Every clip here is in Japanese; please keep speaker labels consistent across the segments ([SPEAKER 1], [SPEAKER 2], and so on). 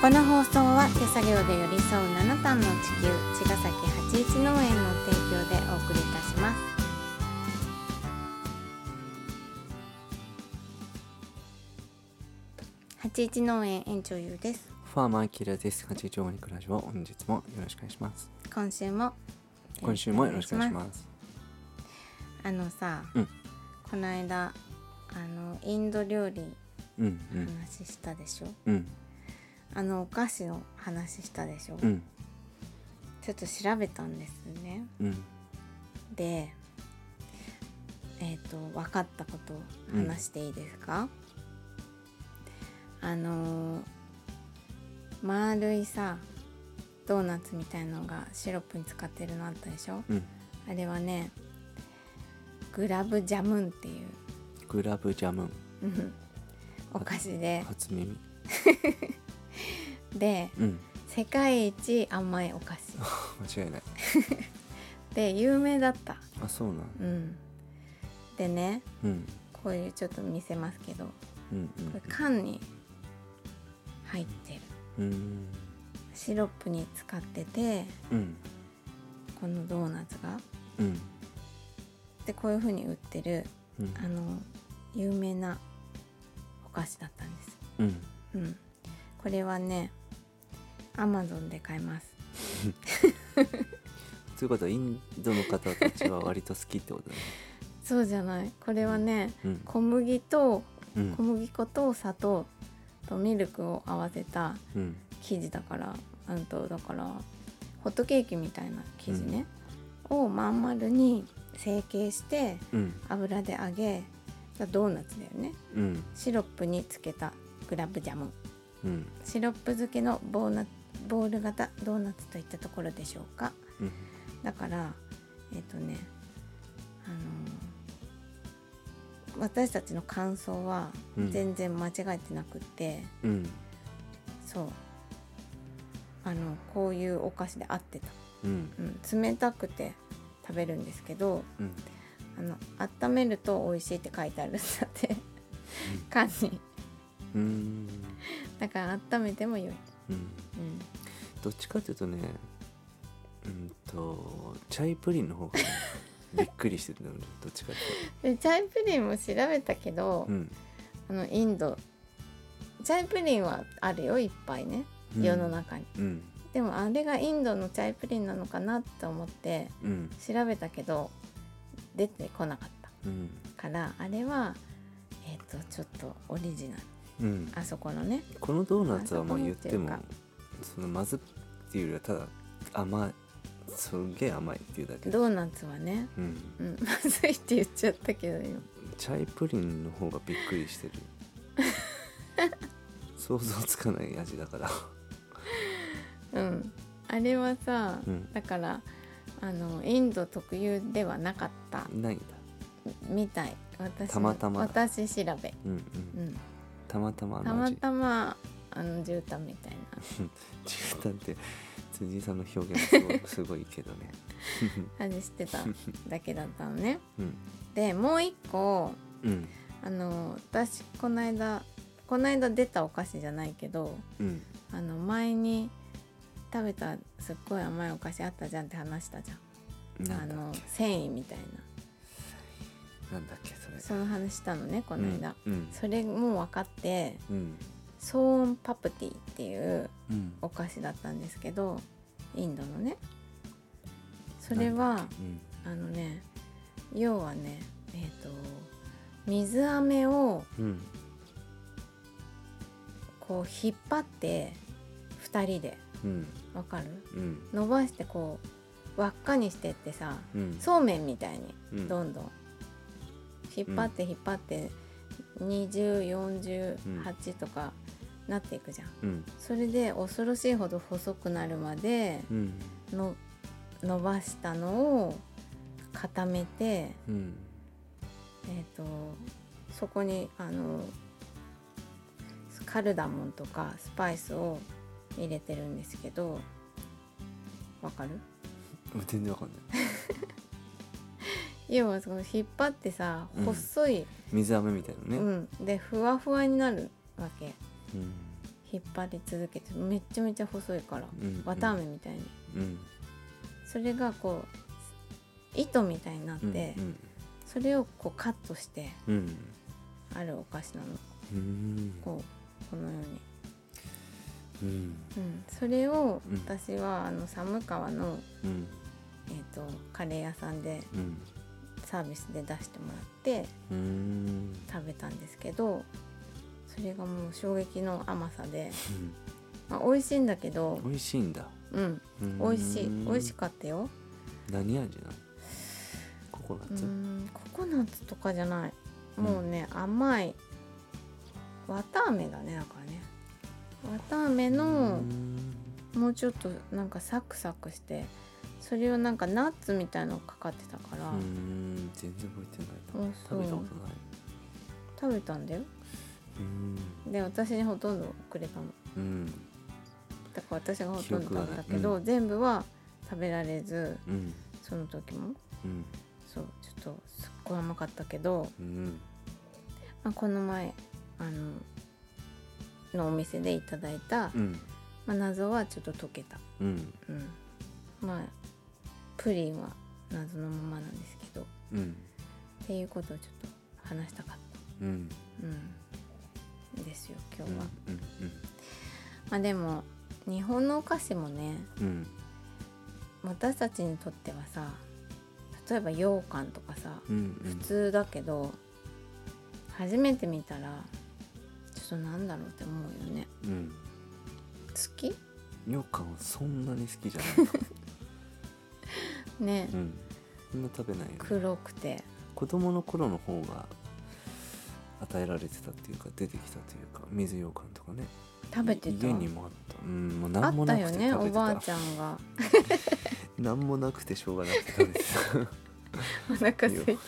[SPEAKER 1] この放送は手作業で寄り添う七段の地球茅ヶ崎八一農園の提供でお送りいたします八一農園園長ゆうです
[SPEAKER 2] ファーマーキラです。八一オーガニックラジオ、本日もよろしくお願いします。
[SPEAKER 1] 今週も
[SPEAKER 2] 今週もよろしくお願いします。
[SPEAKER 1] あのさ、
[SPEAKER 2] うん
[SPEAKER 1] この間あのインド料理
[SPEAKER 2] うん
[SPEAKER 1] の話したでしょ、
[SPEAKER 2] うんうん
[SPEAKER 1] あのお菓子の話したでしょ、
[SPEAKER 2] うん
[SPEAKER 1] ちょっと調べたんですね
[SPEAKER 2] うん
[SPEAKER 1] でえっ、と分かったことを話していいですか、あのー丸いさドーナツみたいのがシロップに使ってるのあったでしょ
[SPEAKER 2] うん。
[SPEAKER 1] あれはねグラブジャムンっていう
[SPEAKER 2] グラブジャム
[SPEAKER 1] うんお菓子で
[SPEAKER 2] 初耳。
[SPEAKER 1] で
[SPEAKER 2] うん
[SPEAKER 1] 世界一甘いお菓子
[SPEAKER 2] 間違いない。
[SPEAKER 1] で有名だった
[SPEAKER 2] あそうなん。
[SPEAKER 1] うんでね
[SPEAKER 2] うん
[SPEAKER 1] こういうちょっと見せますけどこ
[SPEAKER 2] うん
[SPEAKER 1] れ缶に入ってる
[SPEAKER 2] うんうん
[SPEAKER 1] シロップに使ってて
[SPEAKER 2] うん
[SPEAKER 1] このドーナツが
[SPEAKER 2] うん
[SPEAKER 1] でこういう風に売ってる
[SPEAKER 2] うん
[SPEAKER 1] あの有名なお菓子だったんです
[SPEAKER 2] うん。
[SPEAKER 1] うんこれはねアマゾンで買えます
[SPEAKER 2] ということはインドの方たちは割と好きってことだね。
[SPEAKER 1] そうじゃないこれはね
[SPEAKER 2] うん
[SPEAKER 1] 小麦と
[SPEAKER 2] うん
[SPEAKER 1] 小麦粉と砂糖とミルクを合わせた
[SPEAKER 2] うん
[SPEAKER 1] 生地だからうんとだからホットケーキみたいな生地ね、をまん丸に成形して
[SPEAKER 2] うん
[SPEAKER 1] 油で揚げドーナツだよね
[SPEAKER 2] うん
[SPEAKER 1] シロップにつけたグラブジャム
[SPEAKER 2] うん
[SPEAKER 1] シロップ漬けのボーナボール型ドーナツといったところでしょうか
[SPEAKER 2] うん
[SPEAKER 1] だからえっ、とねあのー私たちの感想は
[SPEAKER 2] うん
[SPEAKER 1] 全然間違えてなくって、
[SPEAKER 2] うん
[SPEAKER 1] そうあのこういうお菓子で合ってた、
[SPEAKER 2] うん
[SPEAKER 1] うん、冷たくて食べるんですけど
[SPEAKER 2] うん
[SPEAKER 1] あの温めると美味しいって書いてあるんだって缶に
[SPEAKER 2] うん
[SPEAKER 1] だから温めても良い、
[SPEAKER 2] うん。
[SPEAKER 1] うん、
[SPEAKER 2] どっちかっていうとねうんとチャイプリンの 方がねびっくりしてたのどっちかっていう
[SPEAKER 1] でチャイプリンも調べたけど、
[SPEAKER 2] と、うん
[SPEAKER 1] あのインドチャイプリンはあるよいっぱいね
[SPEAKER 2] うん
[SPEAKER 1] 世の中に、
[SPEAKER 2] うん
[SPEAKER 1] でもあれがインドのチャイプリンなのかなって思って
[SPEAKER 2] うん
[SPEAKER 1] 調べたけど出てこなかった
[SPEAKER 2] うん
[SPEAKER 1] からあれはえっ、とちょっとオリジナル
[SPEAKER 2] うん
[SPEAKER 1] あそこのね
[SPEAKER 2] このドーナツはまあ
[SPEAKER 1] あそこ
[SPEAKER 2] 言
[SPEAKER 1] の
[SPEAKER 2] っ
[SPEAKER 1] って
[SPEAKER 2] て
[SPEAKER 1] いう
[SPEAKER 2] も
[SPEAKER 1] か
[SPEAKER 2] そのまずっていうよりはただ甘いすんげえ甘いっていうだけで、
[SPEAKER 1] ドーナツはね、
[SPEAKER 2] うん、
[SPEAKER 1] うん、 まずいって言っちゃったけど今
[SPEAKER 2] チャイプリンの方がびっくりして る想像つかない味だから
[SPEAKER 1] うんあれはさ、
[SPEAKER 2] うん
[SPEAKER 1] だからあのインド特有ではなかった
[SPEAKER 2] ないんだ
[SPEAKER 1] みたい私
[SPEAKER 2] たまたま
[SPEAKER 1] 私調べ、
[SPEAKER 2] うんうん
[SPEAKER 1] うん、
[SPEAKER 2] たまたまあ
[SPEAKER 1] た
[SPEAKER 2] の
[SPEAKER 1] ま
[SPEAKER 2] 味
[SPEAKER 1] たまあの絨毯みたい
[SPEAKER 2] 絨毯って辻井さんの表現すごいすごいけどね
[SPEAKER 1] な味してただけだったの ね
[SPEAKER 2] うん
[SPEAKER 1] でもう一個
[SPEAKER 2] うん
[SPEAKER 1] あの私この間この間出たお菓子じゃないけど
[SPEAKER 2] うん
[SPEAKER 1] あの前に食べたすっごい甘いお菓子あったじゃんって話したじゃん
[SPEAKER 2] な
[SPEAKER 1] あ
[SPEAKER 2] んだ
[SPEAKER 1] の繊維みたい
[SPEAKER 2] なんだっけそれ
[SPEAKER 1] なその話したのねこの間、
[SPEAKER 2] うん
[SPEAKER 1] それも分かって
[SPEAKER 2] うん
[SPEAKER 1] ソーンパプティっていう
[SPEAKER 2] うん
[SPEAKER 1] お菓子だったんですけどインドのねそれは
[SPEAKER 2] うん
[SPEAKER 1] あのね要はねえっ、と水飴を
[SPEAKER 2] うん
[SPEAKER 1] こう引っ張って2人で
[SPEAKER 2] うん
[SPEAKER 1] わかる
[SPEAKER 2] うん
[SPEAKER 1] 伸ばしてこう輪っかにしてってさ
[SPEAKER 2] うん
[SPEAKER 1] そうめんみたいに
[SPEAKER 2] うん
[SPEAKER 1] どんどん引っ張って引っ張って2048とかなっていくじゃん
[SPEAKER 2] うん
[SPEAKER 1] それで恐ろしいほど細くなるまで
[SPEAKER 2] うん
[SPEAKER 1] の伸ばしたのを固めて
[SPEAKER 2] うん
[SPEAKER 1] えー、とそこにあのカルダモンとかスパイスを入れてるんですけどわかる
[SPEAKER 2] 全然わかんない
[SPEAKER 1] 要はその引っ張ってさ
[SPEAKER 2] うん
[SPEAKER 1] 細い、
[SPEAKER 2] 水飴みたいな
[SPEAKER 1] う
[SPEAKER 2] ね
[SPEAKER 1] んでふわふわになるわけ
[SPEAKER 2] うん
[SPEAKER 1] 引っ張り続けてめっちゃめちゃ細いから
[SPEAKER 2] うん
[SPEAKER 1] 綿あめみたいに
[SPEAKER 2] うん
[SPEAKER 1] それがこう糸みたいになっ
[SPEAKER 2] うん
[SPEAKER 1] て
[SPEAKER 2] うん
[SPEAKER 1] それをこうカットして
[SPEAKER 2] うん
[SPEAKER 1] あるお菓子なの
[SPEAKER 2] うん
[SPEAKER 1] こうこのように、
[SPEAKER 2] うん
[SPEAKER 1] うん、それを
[SPEAKER 2] うん
[SPEAKER 1] 私はあの寒川の、
[SPEAKER 2] うん
[SPEAKER 1] えー、とカレー屋さんで
[SPEAKER 2] うん
[SPEAKER 1] サービスで出してもらって
[SPEAKER 2] うん
[SPEAKER 1] 食べたんですけどそれがもう衝撃の甘さで、まあ、美味しいんだけど
[SPEAKER 2] 美味しいんだ
[SPEAKER 1] うん
[SPEAKER 2] うん
[SPEAKER 1] 美味しい美味しかったよ
[SPEAKER 2] 何味なのココナ
[SPEAKER 1] う
[SPEAKER 2] ッツ
[SPEAKER 1] んココナッツとかじゃないもうね、甘い綿あめだねだからね綿あめの
[SPEAKER 2] うん
[SPEAKER 1] もうちょっとなんかサクサクしてそれをなんかナッツみたいのかかってたから、
[SPEAKER 2] うん全然覚えてないな
[SPEAKER 1] あそう
[SPEAKER 2] 食べたこと
[SPEAKER 1] 食
[SPEAKER 2] ない
[SPEAKER 1] べたんだよ
[SPEAKER 2] うん
[SPEAKER 1] で私にほとんどくれたの
[SPEAKER 2] うん
[SPEAKER 1] だから私がほとんど
[SPEAKER 2] 記憶が
[SPEAKER 1] 食
[SPEAKER 2] な
[SPEAKER 1] べ
[SPEAKER 2] い
[SPEAKER 1] たけど、
[SPEAKER 2] う
[SPEAKER 1] 全部は食べられず
[SPEAKER 2] うん
[SPEAKER 1] その時も
[SPEAKER 2] うん
[SPEAKER 1] そうちょっとすっごい甘かったけど、
[SPEAKER 2] うん
[SPEAKER 1] まあ、この前あののお店でいただいた、
[SPEAKER 2] うん
[SPEAKER 1] まあ、謎はちょっと解けた、
[SPEAKER 2] うん
[SPEAKER 1] うん、まあプリンは謎のままなんですけど
[SPEAKER 2] うん
[SPEAKER 1] っていうことをちょっと話したかった。
[SPEAKER 2] うん
[SPEAKER 1] うん、ですよ今
[SPEAKER 2] うん
[SPEAKER 1] 日は、
[SPEAKER 2] うん
[SPEAKER 1] まあでも日本のお菓子もね
[SPEAKER 2] うん
[SPEAKER 1] 私たちにとってはさ例えば羊羹とかさ
[SPEAKER 2] うん
[SPEAKER 1] 普通だけど、初めて見たらちょっとなんだろうって思うよね
[SPEAKER 2] うんうん
[SPEAKER 1] 好き
[SPEAKER 2] ようかんはそんなに好きじゃないから
[SPEAKER 1] ね、
[SPEAKER 2] うんそんな食べないよね
[SPEAKER 1] 黒くて
[SPEAKER 2] 子供の頃の方が与えられてたっていうか出てきたというか水羊羹とかね
[SPEAKER 1] 食べて
[SPEAKER 2] い
[SPEAKER 1] た
[SPEAKER 2] 家にもあったうんもう
[SPEAKER 1] あ
[SPEAKER 2] 何も
[SPEAKER 1] っ
[SPEAKER 2] な
[SPEAKER 1] た
[SPEAKER 2] くて
[SPEAKER 1] よ
[SPEAKER 2] 食べて
[SPEAKER 1] ね
[SPEAKER 2] た
[SPEAKER 1] おばあちゃんが
[SPEAKER 2] 何もなくてしょうがなくて食べて
[SPEAKER 1] お腹空いて
[SPEAKER 2] た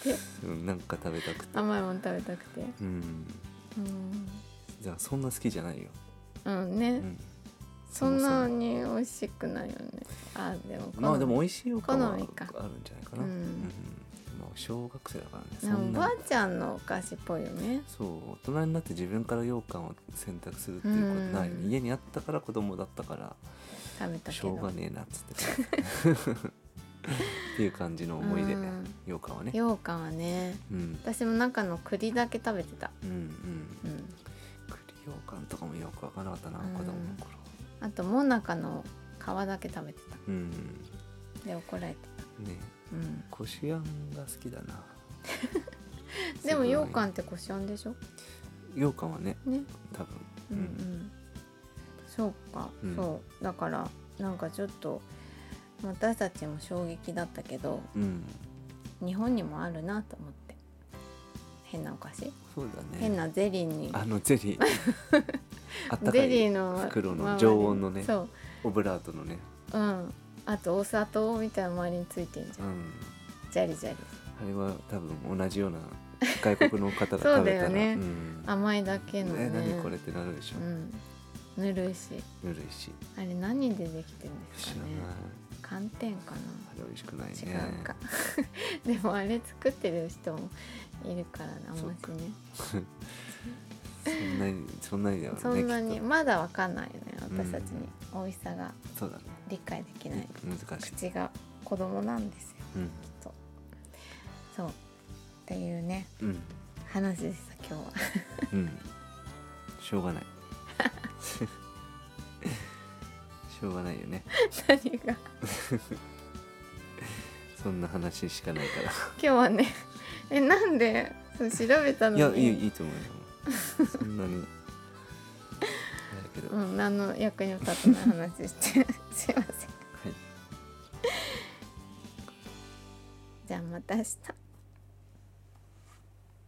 [SPEAKER 2] うんなんか食べたくて
[SPEAKER 1] 甘いもの食べたくて
[SPEAKER 2] うん
[SPEAKER 1] う
[SPEAKER 2] じゃあそんな好きじゃないよ、
[SPEAKER 1] ん、うん、ね、
[SPEAKER 2] うん、
[SPEAKER 1] そんなに美味しくないよねあでも
[SPEAKER 2] まあでも美味しいおかはあ
[SPEAKER 1] 好
[SPEAKER 2] るん
[SPEAKER 1] みか
[SPEAKER 2] じゃないかな、
[SPEAKER 1] うん
[SPEAKER 2] まあ小学生だからね
[SPEAKER 1] なんかおば
[SPEAKER 2] な
[SPEAKER 1] あちゃんのお菓子っぽいよね
[SPEAKER 2] そう大人になって自分から羊羹を選択するっていうことない、ね
[SPEAKER 1] うん
[SPEAKER 2] 家にあったから子供だったから
[SPEAKER 1] 食べたけ
[SPEAKER 2] しょ
[SPEAKER 1] ど
[SPEAKER 2] うがねえなっつって っていう感じの思い出
[SPEAKER 1] うん
[SPEAKER 2] 羊羹はね
[SPEAKER 1] 羊羹はね
[SPEAKER 2] うん
[SPEAKER 1] 私も中の栗だけ食べてた、
[SPEAKER 2] うんうん
[SPEAKER 1] うん、
[SPEAKER 2] 栗羊羹とかもよく分からなかったな
[SPEAKER 1] うん
[SPEAKER 2] 子供の頃
[SPEAKER 1] あともなかの皮だけ食べて
[SPEAKER 2] うん
[SPEAKER 1] たで怒られてた、
[SPEAKER 2] ね
[SPEAKER 1] うん、
[SPEAKER 2] こしあんが好きだな
[SPEAKER 1] でも
[SPEAKER 2] すごい
[SPEAKER 1] 羊羹ってこしあんでしょ
[SPEAKER 2] 羊羹はね
[SPEAKER 1] ね
[SPEAKER 2] 多分
[SPEAKER 1] うんうん、そうか、
[SPEAKER 2] うん
[SPEAKER 1] そうだからなんかちょっと私たちも衝撃だったけど
[SPEAKER 2] うん
[SPEAKER 1] 日本にもあるなと思って変なお菓子、
[SPEAKER 2] そうだね
[SPEAKER 1] 変なゼリーに
[SPEAKER 2] あのゼ リーあったか
[SPEAKER 1] ゼリー
[SPEAKER 2] い
[SPEAKER 1] の
[SPEAKER 2] 袋の
[SPEAKER 1] 周り
[SPEAKER 2] 常温のね
[SPEAKER 1] そう
[SPEAKER 2] オブラートのね
[SPEAKER 1] うんあとお砂糖みたいな周りについてんじ
[SPEAKER 2] う
[SPEAKER 1] ゃん
[SPEAKER 2] ん
[SPEAKER 1] ジャリジャリ
[SPEAKER 2] あれは多分同じような外国の方が食べたら
[SPEAKER 1] そうだよね
[SPEAKER 2] ん
[SPEAKER 1] 甘いだけのね
[SPEAKER 2] ね何これってなるでしょ
[SPEAKER 1] うんぬるいし
[SPEAKER 2] ぬるいし
[SPEAKER 1] あれ何でできてるんです
[SPEAKER 2] 知
[SPEAKER 1] からね
[SPEAKER 2] ない
[SPEAKER 1] 寒天か
[SPEAKER 2] あれ美味しくないね
[SPEAKER 1] な違うか でもあれ作ってる人もいるからねあんましね
[SPEAKER 2] そんなにそんなにだろうね
[SPEAKER 1] そんな
[SPEAKER 2] き
[SPEAKER 1] に
[SPEAKER 2] っと
[SPEAKER 1] まだわかんないよね私たちに美味しさが
[SPEAKER 2] そうだね
[SPEAKER 1] 理解できない
[SPEAKER 2] 難しい
[SPEAKER 1] 口が子供なんですよ
[SPEAKER 2] うん
[SPEAKER 1] そうっていうね
[SPEAKER 2] うん
[SPEAKER 1] 話でした今日は。
[SPEAKER 2] うんしょうがない しょうがないよね
[SPEAKER 1] 何が
[SPEAKER 2] そんな話しかないから
[SPEAKER 1] 今日はね えなんでそう調べたの
[SPEAKER 2] い
[SPEAKER 1] に
[SPEAKER 2] やいいいいと思うよそんなにあれだけど、
[SPEAKER 1] う
[SPEAKER 2] はい
[SPEAKER 1] ん、何の役にも立たない話して すいませんじゃあまた明日。